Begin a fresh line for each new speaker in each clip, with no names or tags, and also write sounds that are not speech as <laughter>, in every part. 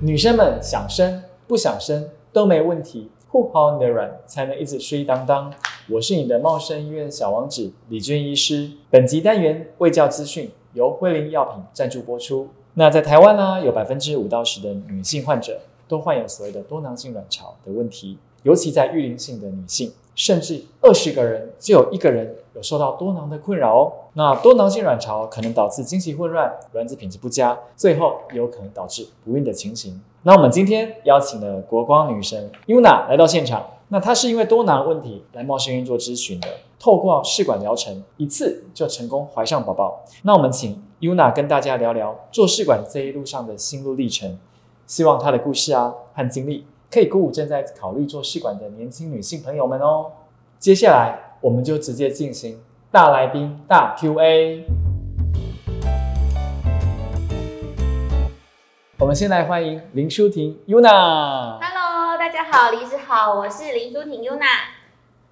女生们想生不想生都没问题，护好你的卵才能一直睡当当。我是你的茂盛医院小王子李俊医师。本集单元卫教资讯由惠林药品赞助播出。那在台湾呢、有百分之五到十的女性患者都患有所谓的多囊性卵巢的问题，尤其在育龄性的女性，甚至二十个人就有一个人有受到多囊的困扰哦。那多囊性卵巢可能导致经期混乱、卵子品质不佳，最后也有可能导致不孕的情形。那我们今天邀请了国光女神 Yuna 来到现场，那她是因为多囊问题来茂盛运做咨询的，透过试管疗程一次就成功怀上宝宝。那我们请 Yuna 跟大家聊聊做试管这一路上的心路历程，希望她的故事啊和经历可以鼓舞正在考虑做试管的年轻女性朋友们哦。接下来我们就直接进行大来宾大 Q&A。我们先来欢迎林舒婷 Yuna。
Hello，大家好，李子好，我是林舒婷 Yuna。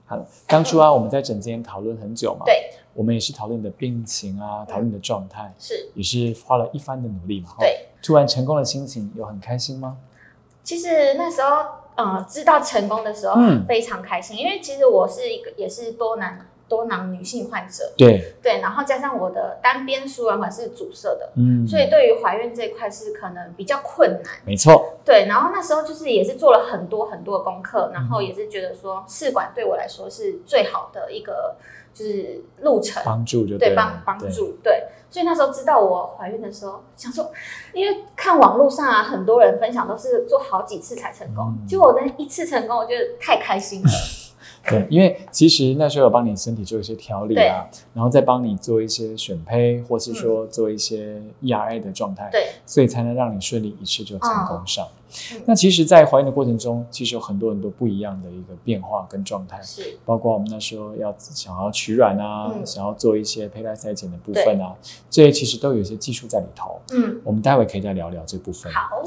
好了，当初啊，我们在整间讨论很久嘛，
对，
我们也是讨论你的病情啊，讨论你的状态，
是，
也是花了一番的努力嘛。
对，
突然成功的心情有很开心吗？
其实那时候，呃，知道成功的时候
嗯，
非常开心，因为其实我是一个也是多囊多囊女性患者，
对，
对，然后加上我的单边输卵管是阻塞的，
嗯，
所以对于怀孕这一块是可能比较困难，
没错，
对，然后那时候就是也是做了很多很多的功课，然
嗯
后也是觉得说试管对我来说是最好的一个就是路程，
帮助就
对
了
帮帮，助对，所以那时候知道我怀孕的时候，想说，因为看网络上啊，很多人分享都是做好几次才成功，
嗯
结果我那一次成功，我觉得太开
<laughs>
心了。
对，因为其实那时候有帮你身体做一些调理啊，然后再帮你做一些选胚，或是说做一些 ERA 的状态，
嗯对，
所以才能让你顺利一次就成功上。
嗯
那其实，在怀孕的过程中，其实有很多很多不一样的一个变化跟状态。
是，
包括我们那时候要想要取卵啊，
嗯
想要做一些胚胎筛检的部分啊，这些其实都有一些技术在里头。
嗯，
我们待会可以再聊聊这部分。
好，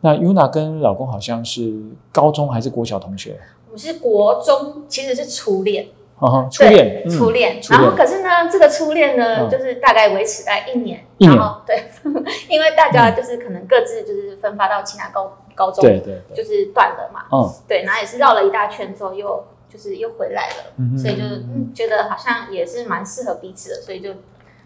那 Yuna 跟老公好像是高中还是国小同学，
我是国中，其实是初恋，
哈哈，初
对
恋，嗯
初恋，
初
然
恋
后可是呢，这个初恋呢，
嗯
就是大概维持在一年，
一年
然后对， <laughs> 因为大家就是可能各自就是分发到其他高高中，
对对对，
就是断了嘛，
嗯
对，然后也是绕了一大圈之后又就是又回来了。
嗯哼，
所以就嗯觉得好像也是蛮适合彼此的，所以就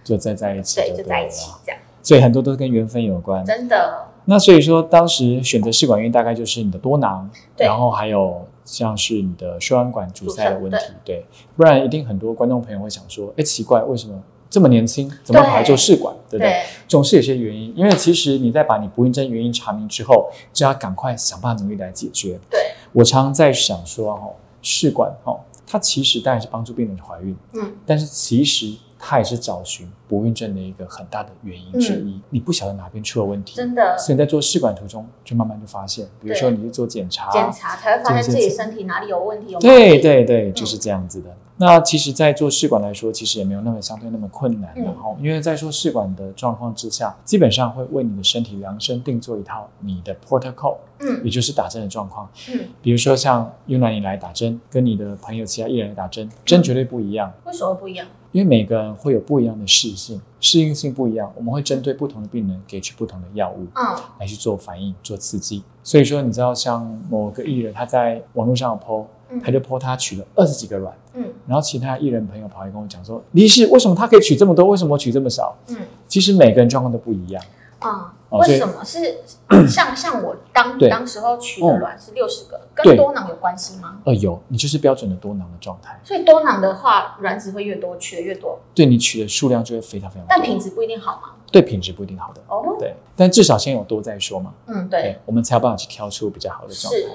就再在一起，
对就在一起。这样，
所以很多都跟缘分有关。
真的
那所以说，当时选择试管孕大概就是你的多囊，
对
然后还有像是你的输卵管阻塞的问题
阻塞，
对，不然一定很多观众朋友会想说，哎，奇怪，为什么这么年轻，怎么跑来做试管，对不对？
对
总是有些原因，因为其实你在把你不孕症原因查明之后，就要赶快想办法努力来解决。
对，
我常在想说，哦，试管哦，它其实当然是帮助病人怀孕，
嗯，
但是其实它也是找寻不孕症的一个很大的原因之一。你不晓得哪边出了问题，
嗯真的
所以你在做试管途中，就慢慢就发现，比如说
对
你去做检查，
检查才会发现
这
自
些
己身体哪里有问题，有毛
对
病
对对，就是这样子的。那其实，在做试管来说，其实也没有那么相对那么困难。
嗯
然后，因为在做试管的状况之下，基本上会为你的身体量身定做一套你的 protocol，
嗯
也就是打针的状况。
嗯，
比如说像 Yuna 你来打针，跟你的朋友其他艺人来打针，针绝对不一样，
为什么不一样？
因为每个人会有不一样的适性，适应性不一样，我们会针对不同的病人给出不同的药物。
嗯
来去做反应、做刺激。所以说，你知道像某个艺人，他在网络上有 PO，
嗯
他就 PO 他取了二十几个卵，
嗯
然后其他艺人朋友跑来跟我讲说：“李医师，为什么他可以取这么多？为什么我取这么少
嗯？”
其实每个人状况都不一样，
嗯，
哦所以
为什么是
<clears throat>
像像我当
对嗯
当时候取的卵是六十个，
对
跟多囊有关系吗？
呃，有你就是标准的多囊的状态，
所以多囊的话，卵子会越多，取的越多，
对你取的数量就会非常非常
但
多，
品质不一定好嘛。
对品质不一定好的，
哦，
对，但至少先有多再说嘛，
嗯，对，，
我们才有办法去挑出比较好的状态。
是，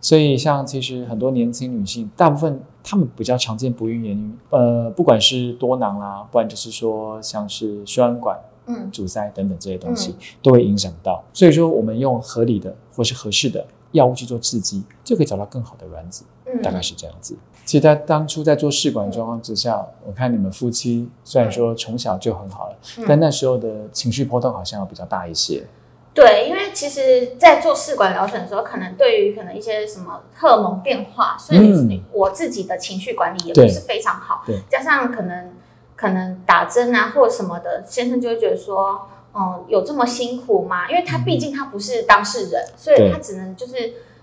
所以，像其实很多年轻女性，大部分她们比较常见不孕原因，呃，不管是多囊啦，不然就是说像是输卵管
嗯
阻塞等等这些东西，
嗯
都会影响到。所以说，我们用合理的或是合适的药物去做刺激，就可以找到更好的卵子，
嗯，
大概是这样子。其实在当初在做试管状况之下，我看你们夫妻虽然说从小就很好了，
嗯
但那时候的情绪波动好像要比较大一些。
对，因为其实，在做试管疗程的时候，可能对于可能一些什么荷尔蒙变化，所以你我自己的情绪管理也
嗯对
不是非常好
对，
加上可能可能打针啊或者什么的，先生就会觉得说。嗯，有这么辛苦吗？因为他
嗯
毕竟他不是当事人，所以他只能就是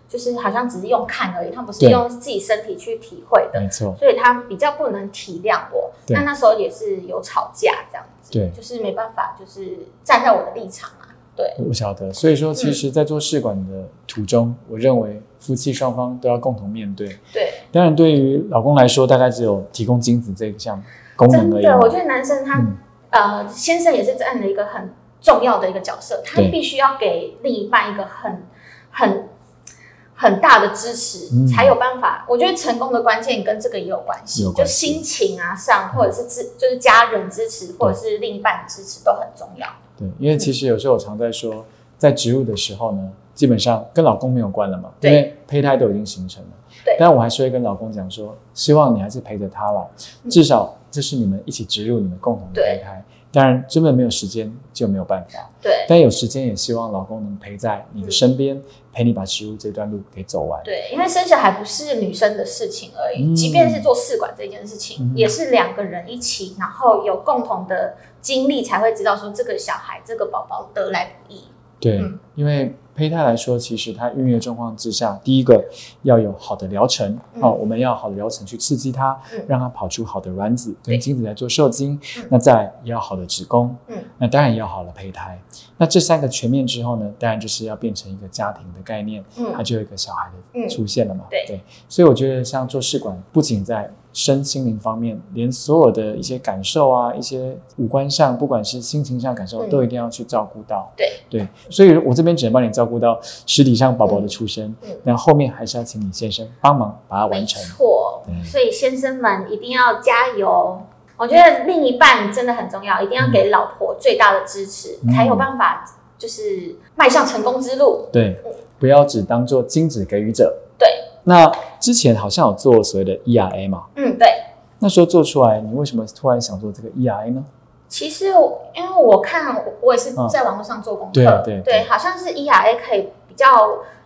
就是好像只是用看而已，他不是
对
用自己身体去体会的，
没错，
所以他比较不能体谅我。
对
那那时候也是有吵架这样子，
对
就是没办法，就是站在我的立场啊，对，
我晓得。所以说，其实，在做试管的途中，我认为夫妻双方都要共同面对。
对，
当然，对于老公来说，大概只有提供精子这一项功
真
能而已
的，
嘛。
我觉得男生他、
嗯
呃先生也是占了一个很重要的一个角色，他
对
必须要给另一半一个很很很大的支持，
嗯
才有办法。我觉得成功的关键跟这个也有关系，
有关
就
系
心情啊上，或者是支就是家人支持，或者是另一半的支持都很重要。
对，因为其实有时候我常在说，在植入的时候呢，基本上跟老公没有关了嘛，
对
因为胚胎都已经形成了。
对
但我还是会跟老公讲说，希望你还是陪着他啦，
嗯
至少这是你们一起植入你们共同的
对
胚胎。当然，真的没有时间就没有办法，
对
但有时间也希望老公能陪在你
嗯
的身边，陪你把植入这段路给走完。
对，因为生小孩不是女生的事情而已，
嗯
即便是做试管这件事情，
嗯
也是两个人一起，然后有共同的经历，才会知道说这个小孩这个宝宝得来不易。
对，
嗯
因为胚胎来说，其实它孕育的状况之下，第一个要有好的疗程，
嗯
哦，我们要好的疗程去刺激它，
嗯
让它跑出好的卵子
对
跟精子来做受精。
嗯
那再来也要好的子宫，
嗯，
那当然也要好的胚胎。那这三个全面之后呢，当然就是要变成一个家庭的概念，
嗯
它就有一个小孩
嗯
的出现了嘛。
对
所以我觉得像做试管，不仅在身心灵方面，连所有的一些感受啊，一些五官上，不管是心情上感受，
嗯
都一定要去照顾到。
对
对，所以我这边只能帮你照顾到实体上宝宝的出生
嗯嗯，
那、后面还是要请你先生帮忙把它完成嗯
没。错，
对
所以先生们一定要加油。我觉得另一半真的很重要，一定要给老婆最大的支持，
嗯
才有办法就是迈向成功之路。
对
嗯，
不要只当做精子给予者。
对，
那之前好像有做所谓的 ERA 嘛，
嗯，对。
那时候做出来，你为什么突然想做这个 ERA 呢？
其实我因为我看我我也是
嗯
在网络上做功课，
对啊对啊对啊
好像是 ERA 可以比较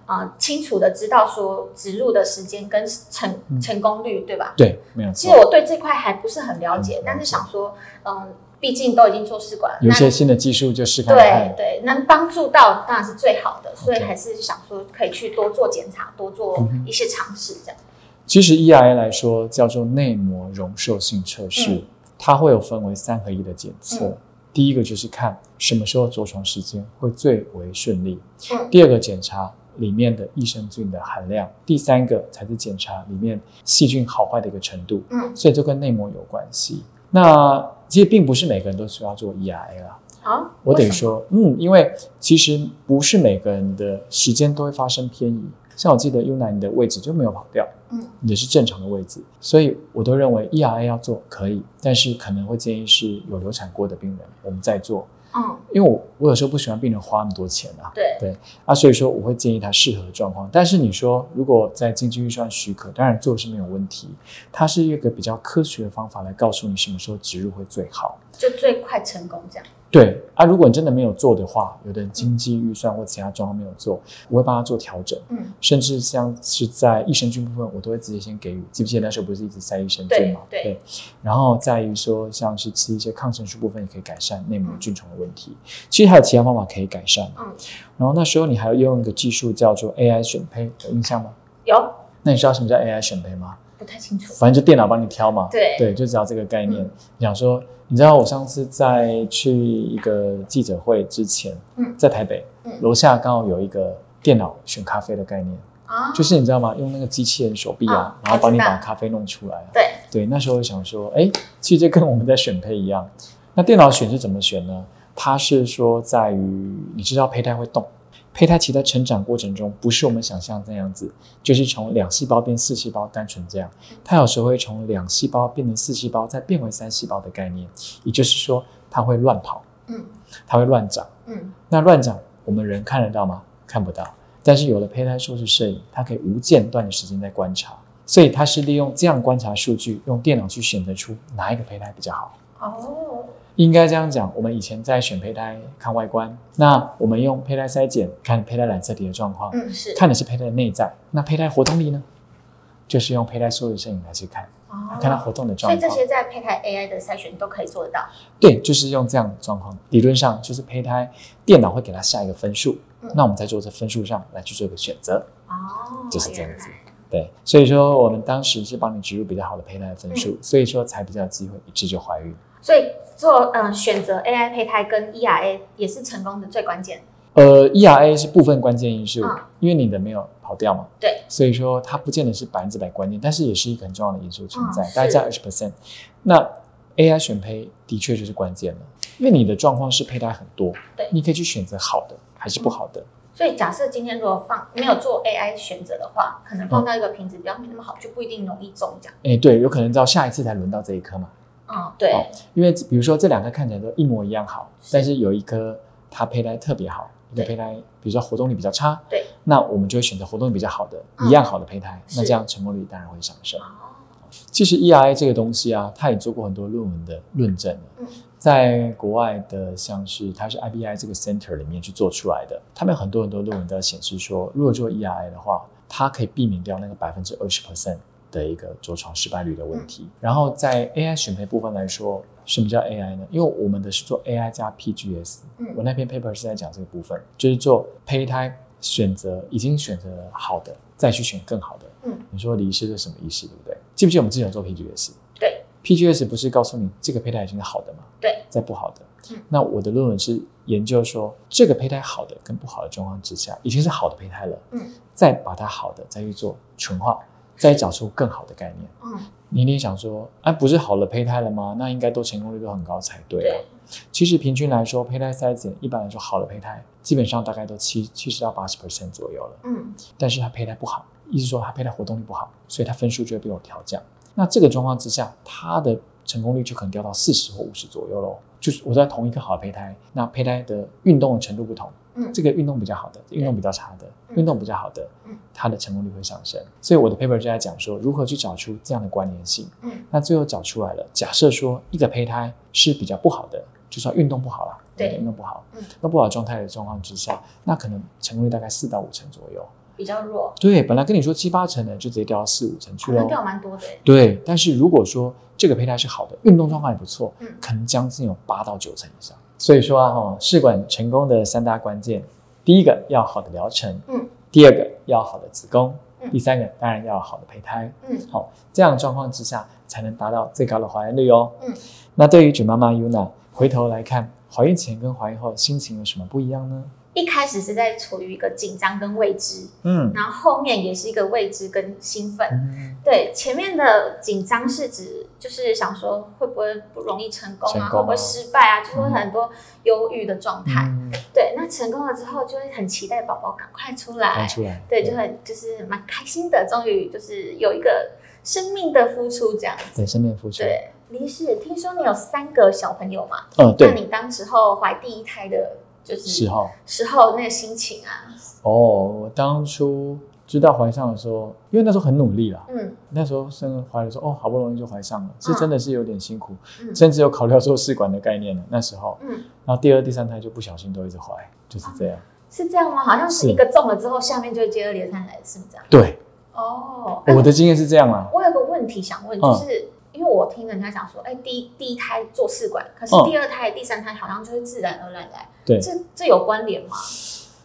呃清楚的知道说植入的时间跟成
嗯
成功率，对吧？
对，没有
其
错
实，我对这块还不是很了解
嗯，
但是想说，嗯，毕竟都已经做试管了，
有一
那
些新的技术就试看
对
看。
对，能帮助到当然是最好的，所以
OK
还是想说可以去多做检查，多做一些尝试这样。
其实 ERA 来说叫做内膜容受性测试，
嗯
它会有分为三合一的检测。
嗯
第一个就是看什么时候着床时间会最为顺利，
嗯
第二个检查里面的益生菌的含量，第三个才是检查里面细菌好坏的一个程度，
嗯，
所以这跟内膜有关系。那其实并不是每个人都需要做 E ERA 啦，
好，
我
为
得
什么，
说，嗯，因为其实不是每个人的时间都会发生偏移。像我记得 Yuna 你的位置就没有跑掉，
嗯，
也是正常的位置，所以我都认为 ERA 要做可以，但是可能会建议是有流产过的病人我们再做，
嗯，
因为我我有时候不喜欢病人花那么多钱啊，
对，
啊，所以说我会建议他适合的状况。但是你说，如果在经济预算许可，当然做是没有问题。它是一个比较科学的方法来告诉你什么时候植入会最好。
就最快成功这样。
对啊，如果你真的没有做的话，有的人经济预算或其他状况没有做，我会帮他做调整，
嗯，
甚至像是在益生菌部分，我都会直接先给予。记不记得那时候不是一直塞益生菌嘛？
对对
然后在于说，像是吃一些抗生素部分，也可以改善内膜菌虫的问题。其实还有其他方法可以改善。
嗯，
然后那时候你还要用一个技术叫做 AI 选胚，有印象吗？
有
那你知道什么叫 AI 选胚吗？
不太清楚。
反正就电脑帮你挑嘛。
对
对，就知道这个概念。
嗯
想说，你知道我上次在去一个记者会之前，
嗯
在台北、
嗯
楼下刚好有一个电脑选咖啡的概念，
啊，
就是你知道吗？用那个机器人手臂啊，
啊
然后帮你
我知道
把咖啡弄出来啊。
对，
对，那时候想说，哎，其实这跟我们在选配一样。那电脑选是怎么选呢？它是说在于你知道胚胎会动，胚胎其在成长过程中不是我们想象这样子，就是从两细胞变四细胞，单纯这样。它有时候会从两细胞变成四细胞，再变回三细胞的概念，也就是说它会乱跑，
嗯
它会乱长。
嗯
那乱长我们人看得到吗？看不到。但是有了胚胎硕士摄影，它可以无间断的时间在观察，所以它是利用这样观察数据，用电脑去选择出哪一个胚胎比较好。
哦，
应该这样讲，我们以前在选胚胎看外观，那我们用胚胎筛检看胚胎染色体的状况，
嗯是，
看的是胚胎的内在。那胚胎活动力呢？就是用佩戴素的摄影来去看，
哦
看它活动的
所
状
以这
况。
些在胚胎 AI 的筛选都可以做得到。
对，就是用这样的状况，理论上就是胚胎电脑会给它下一个分数，
嗯
那我们在做这分数上来去做个选择，
哦，
就是这样子
原来。
对，所以说我们当时是帮你植入比较好的胚胎的分
嗯
数，所以说才比较有机会一次就怀孕。
所以做嗯、呃选择 AI 胚胎跟 ERA 也是成功的最关键。
呃，ERA 是部分关键因素，
嗯
因为你的没有跑掉嘛，
对，
所以说它不见得是百分之百关键，但是也是一个很重要的因素存在，
嗯是
大概在二十 percent。那 AI 选胚的确就是关键了，因为你的状况是胚胎很多，
对
你可以去选择好的还是不好的，
所以假设今天如果放没有做 AI 选择的话，可能放到一个品质比较没那么好，就不一定容易中奖。
哎、对，有可能到下一次才轮到这一颗嘛，
嗯，对，
哦因为比如说这两颗看起来都一模一样好，但是有一颗它胚胎特别好，一个
对
胚胎比如说活动力比较差，
对，
那我们就会选择活动力比较好的，
嗯
一样好的胚胎，那
是
这样成功率当然会上升。
哦，
其实 ERA 这个东西啊，它也做过很多论文的论证了
嗯
在国外的像是它是 IBI 这个 center 里面去做出来的，他们有很多很多论文都显示说，如果做 ERA 的话，它可以避免掉那个百分之二十 percent 的一个着床失败率的问题。然后在 AI 选配部分来说，什么叫 AI 呢？因为我们的是做 AI 加 PGS，我
嗯，
那篇 paper 是在讲这个部分，就是做胚胎选择已经选择好的，再去选更好的。
嗯，
你说离世是什么意思，对不对？记不记得我们之前有做 PGS？
对
，PGS 不是告诉你这个胚胎已经是好的吗？
对，
在不好的。
嗯
那我的论文是研究说，这个胚胎好的跟不好的状况之下，已经是好的胚胎了。
嗯，
再把它好的再去做纯化，再找出更好的概念。
嗯，
你一定想说，啊，不是好了胚胎了吗？那应该都成功率都很高才对啊。其实平均来说，胚胎筛检一般来说好的胚胎，基本上大概都七七十到八十 percent 左右了。
嗯，
但是它胚胎不好，意思说它胚胎活动力不好，所以它分数就会被我调降。那这个状况之下，它的成功率就可能掉到四十或五十左右喽。就是我在同一个好的胚胎，那胚胎的运动的程度不同，
嗯
这个运动比较好的，运动比较差的，
嗯
运动比较好的
嗯，
它的成功率会上升。所以我的 paper 就在讲说，如何去找出这样的关联性。
嗯，
那最后找出来了，假设说一个胚胎是比较不好的，就算运动不好啦，
对
运动不好，
嗯，
那不好的状态的状况之下，那可能成功率大概四到五成左右。
比较弱，
对，本来跟你说七八成的，就直接掉到四五成去
可
了
能
哦。
掉蛮多的耶。欸
对，但是如果说这个胚胎是好的，运动状况也不错，
嗯
可能将近有八到九成以上。所以说啊，哈，试管成功的三大关键，第一个要好的疗程，
嗯，
第二个要好的子宫，
嗯
第三个当然要有好的胚胎，
嗯
好，这样的状况之下才能达到最高的怀孕率哦。
嗯，
那对于准妈妈 Yuna，回头来看，怀孕前跟怀孕后心情有什么不一样呢？
一开始是在处于一个紧张跟未知，
嗯
然后后面也是一个未知跟兴奋。
嗯
对，前面的紧张是指就是想说会不会不容易成功啊，
成功啊
会不会失败啊，就是会很多忧郁的状态。
嗯，
对，那成功了之后就会很期待宝宝赶快出来
看，出来，
对，就很就是蛮开心的，终于就是有一个生命的付出这样子。
对，生命付出，
对，李氏，听说你有三个小朋友嘛？
嗯，
那
对，
你当时候怀第一胎的，就是
时候
时候那个心情啊，
哦，我当初知道怀上的时候，因为那时候很努力啦，
嗯
那时候生怀的时候，哦，好不容易就怀上了，是
嗯
真的是有点辛苦，
嗯
甚至有考虑到做试管的概念了。那时候，
嗯，
然后第二、第三胎就不小心都一直怀，就是这样。
是这样吗？好像是
是
一个中了之后，下面就会接二连三来，是不是这样？
对，
哦，那
我的经验是这样啦。
我有个问题想问，
嗯
就是、因为我听人家讲说，哎、第一第一胎做试管，可是
嗯
第二胎、第三胎好像就是自然而然来，
对
这这有关联吗？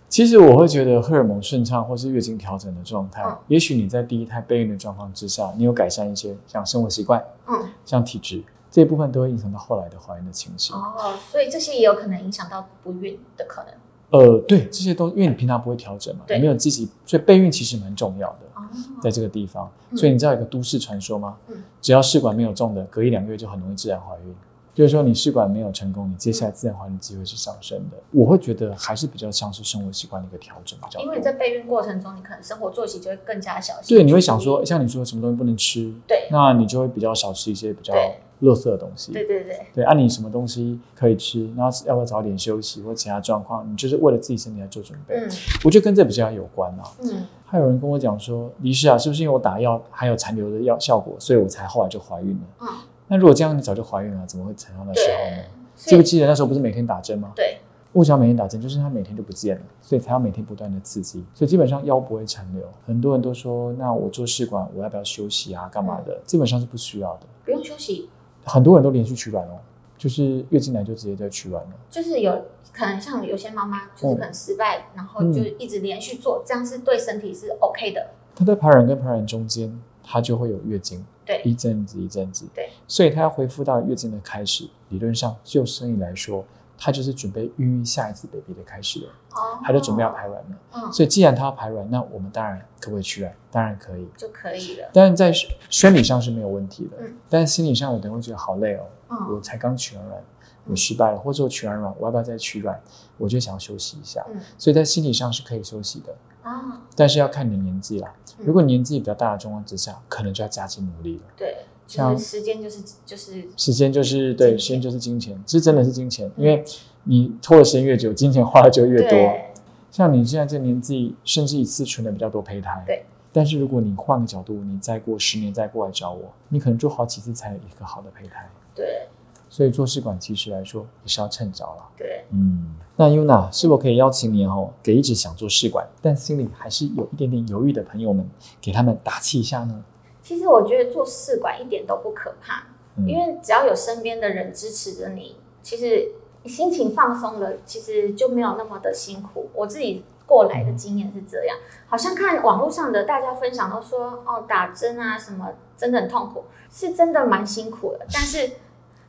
其实我会觉得荷尔蒙顺畅或是月经调整的状态，
嗯
也许你在第一胎备孕的状况之下，你有改善一些像生活习惯、
嗯，
像体质这一部分，都会影响到后来的怀孕的情形。
哦，所以这些也有可能影响到不孕的可能。
呃，对，这些都因为你平常不会调整嘛，
对
你没有积极，所以备孕其实蛮重要的，
哦，
在这个地方。
嗯
所以你知道有个都市传说吗？
嗯
只要试管没有中的，隔一两个月就很容易自然怀孕。就是说你试管没有成功，你接下来自然怀孕的机会是上升的。我会觉得还是比较像是生活习惯的一个调整比较多。
因为你在备孕过程中，你可能生活作息就会更加小心。
对，你会想，说，像你说什么东西不能吃，
对
那你就会比较少吃一些比较
对
垃圾的东西。
对对对，
对，按、啊你什么东西可以吃，然后要不要早点休息或其他状况，你就是为了自己身体来做准备。
嗯
我觉得跟这比较有关啊。
嗯，
还有人跟我讲说，离世啊，是不是因为我打药还有残留的药效果，所以我才后来就怀孕了？
嗯
那如果这样，你早就怀孕了，怎么会沉到那时候呢
对？
记
所
不
以
记得那时候不是每天打针吗？
对
误想每天打针，就是它每天就不见了，所以才要每天不断的刺激，所以基本上腰不会残留。很多人都说，那我做试管，我要不要休息啊？干嘛的？基本上是不需要的。
不用休息，
很多人都连续取卵哦，就是月经来就直接在取卵了。
就是有可能像有些妈妈就是可能失败，然后就一直连续做，这样是对身体是 OK 的。
它在排卵跟排卵中间，它就会有月经，
对
一阵子一阵子，
对，
所以它要恢复到月经的开始，理论上就生理来说，它就是准备孕育下一次 baby 的开始了，
哦，
它就嗯准备要排卵了。
嗯
所以既然它要排卵，那我们当然可不可以取卵？当然可以，
就可以了。
但是在生理上是没有问题的，
嗯
但是心理上有的人会觉得好累哦，我
嗯
才刚取完卵，我失败了，或者我取完卵，我要不要再取卵？我就想要休息一下，
嗯
所以在心理上是可以休息的，
啊，
但是要看你的年纪啦。
嗯
如果年纪比较大的状况之下，可能就要加紧努力了。
对，就
像
是时间就是就是
时间就是
金
对，
钱
时间就是金钱，这真的是金钱，因为你拖的时间越久，金钱花的就越多。
对
像你现在这个年纪，甚至一次存的比较多胚胎。
对。
但是如果你换个角度，你再过十年再过来找我，你可能做好几次才有一个好的胚胎。
对
所以做试管其实来说也是要趁早啦。
对，
嗯，那 Yuna 是否可以邀请你哦，给一直想做试管但心里还是有一点点犹豫的朋友们，给他们打气一下呢？
其实我觉得做试管一点都不可怕，
嗯
因为只要有身边的人支持着你，其实心情放松了，其实就没有那么的辛苦。我自己过来的经验是这样，好像看网络上的大家分享都说，哦，打针啊什么真的很痛苦，是真的蛮辛苦的，但是。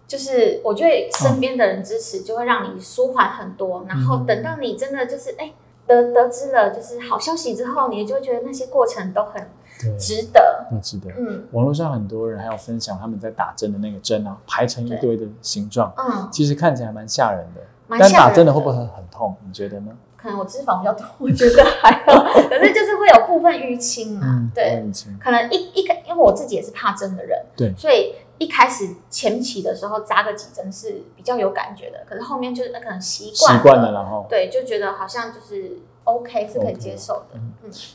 就是我觉
哦
得身边的人支持，就会让你舒缓很多。然
嗯
后等到你真的就是哎、得得知了就是好消息之后，你就会觉得那些过程都很
对，
值得。
我记得。
嗯
网络上很多人还有分享他们在打针的那个针啊，排成一堆的形状，
嗯，
其实看起来蛮吓人的。
蛮
但
吓
打
人
针的会不会很很痛？你觉得呢？
可能我脂肪比较多，我觉得还
<laughs>
好，可是就是会有部分淤青嘛，嗯对，
我嗯以前
可能一一开，因为我自己也是怕针的人，
对
所以一开始前期的时候扎个几针是比较有感觉的，可是后面就是呃可能习
习
惯
惯了，然后
对，就觉得好像就是 OK 是可以接受的，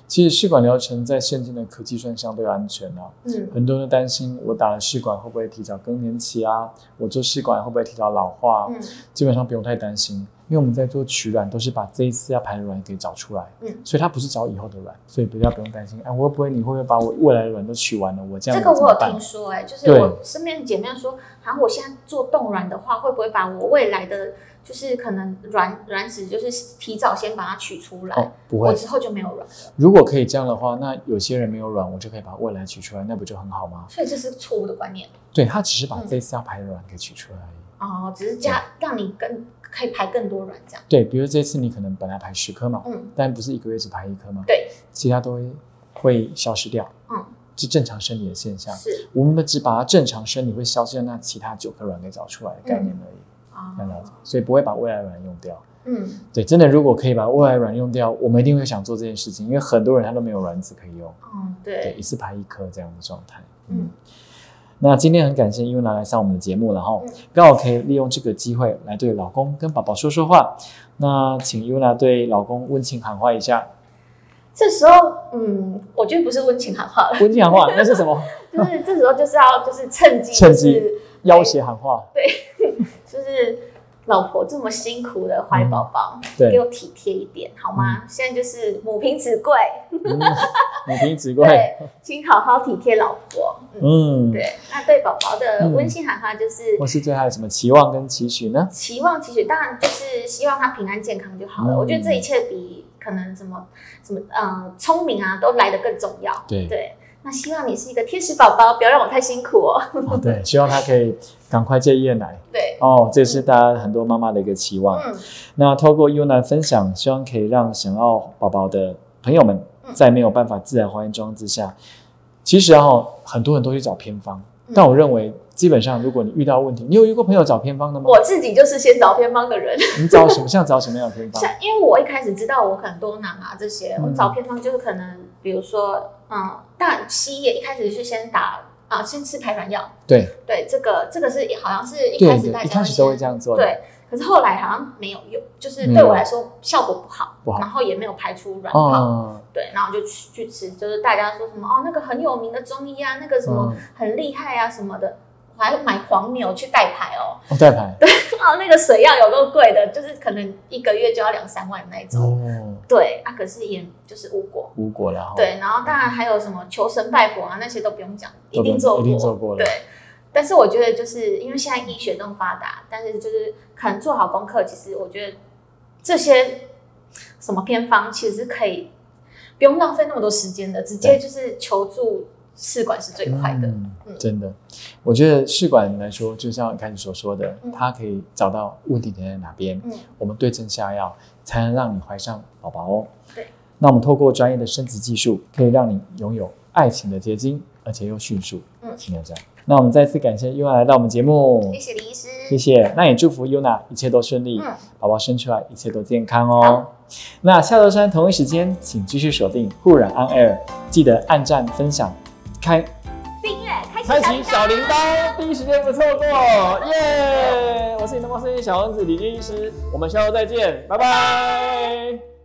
其实试管疗程在现今的科技算相对安全啊，
嗯
很多人都担心我打了试管会不会提早更年期啊，我做试管会不会提早老化、啊？
嗯
基本上不用太担心，因为我们在做取卵都是把这一次要排的卵给找出来，
嗯
所以它不是找以后的卵，所以比较不用担心。哎，我会不会你会不会把我未来的卵都取完了？我这样
这个
怎
我
么
有
办
听说、哎，就是
对
我身边的姐妹说，好像我现在做冻卵的话，会不会把我未来的就是可能卵卵子就是提早先把它取出来，
哦，不
我
会。
之后就没有卵了，
如果可以这样的话，那有些人没有卵，我就可以把未来取出来，那不就很好吗？
所以这是错误的观念。
对，他只是把
嗯
这次要排的卵给取出来而已。
哦，只是加让你更可以排更多卵这样。
对，比如这次你可能本来排十颗嘛，
嗯
但不是一个月只排一颗嘛，
对，
其他都会会消失掉，
嗯，
是正常生理的现象。
是
我们只把它正常生理会消失的那其他九颗卵给找出来的概念而已，
啊
要、了解，所以不会把未来卵用掉。
嗯
对，真的，如果可以把未来卵用掉，我们一定会想做这件事情，因为很多人他都没有卵子可以用。
嗯，
对，
对，
一次排一颗这样的状态。
嗯，
那今天很感谢 y u n 来上我们的节目，然后
嗯
刚好可以利用这个机会来对老公跟宝宝说说话。那请 y u n 对老公温情喊话一
<laughs>
下，
这时候嗯，我觉得不是温情
<laughs>
喊话了，
温情喊话那是什么？
就是这时候就是要就是趁机
趁机
就是
要挟喊
<laughs>
话。
就是老婆这么辛苦的怀宝宝，给
嗯对，
我体贴一点好吗？现在就是母凭子贵，
嗯母凭子贵。
对，请好好体贴老婆。嗯，
嗯，
对，那对宝宝的
嗯
温馨喊话就是
或是对他有什么期望跟期许呢？
期望其实当然就是希望他平安健康就好了。
嗯
我觉得这一切比可能什么什么呃聪明啊都来得更重要。
对
对，那希望你是一个天使宝宝，不要让我太辛苦哦。
<laughs> 哦，对，希望他可以赶快戒夜奶。
对，
哦，这是大家很多妈妈的一个期望。
嗯，
那透过 U 男分享，希望可以让想要宝宝的朋友们，
嗯
在没有办法自然怀孕状况之下，其实哈、很多人都去找偏方，
嗯
但我认为基本上，如果你遇到问题，你有遇过朋友找偏方的吗？
我自己就是先找偏方的
<laughs>
人，
你找什么像找什么样的偏方？
<laughs> 像因为我一开始知道我可能多囊啊这些，
嗯
我找偏方就是可能比如说嗯，但西医一开始是先打啊、先吃排卵药，
对
对，这个这个是好像是一开
对
始大
对，
家
一开始都会
先
这样做的。
对，可是后来好像没有用，就是
没
对
有
我来说效果不好，
不好
然后也没有排出软泡，
哦，
对，然后就去去吃，就是大家说什么哦，那个很有名的中医啊，那个什么
嗯
很厉害啊什么的，我还买黄牛去代牌哦， <laughs>
哦，代牌
哦，那个水药有够贵的，就是可能一个月就要两三万那一种。
哦，
对啊，可是也就是无果。
无果然后
对，然后当然还有什么求神拜佛啊，那些都不用讲，一
都不用
定做过，
一定做过了
对，但是我觉得就是因为现在医学这么发达，但是就是可能做好功课，其实我觉得这些什么偏方其实是可以不用浪费那么多时间的，直接就是求助试管是最快的。
嗯
嗯
真的，我觉得试管来说，就像你开始所说的，
嗯
它可以找到问题点在哪边，
嗯
我们对症下药，才能让你怀上宝宝哦。
对，
那我们透过专业的生殖技术，可以让你拥有爱情的结晶，而且又迅速。
嗯
请这样。那我们再次感谢 Yuna 来到我们节目
谢，谢李医师，
谢谢。那也祝福 Yuna 一切都顺利，
嗯，
宝宝生出来一切都健康哦
好。
那下周三同一时间，请继续锁定护染 On Air，记得按赞、分享、开
订阅开
开
启
启
小
小
铃
铃
铛。
铛，第一时间不错过，耶！我是你的陌生人小王子李健医师，我们下周再见，拜拜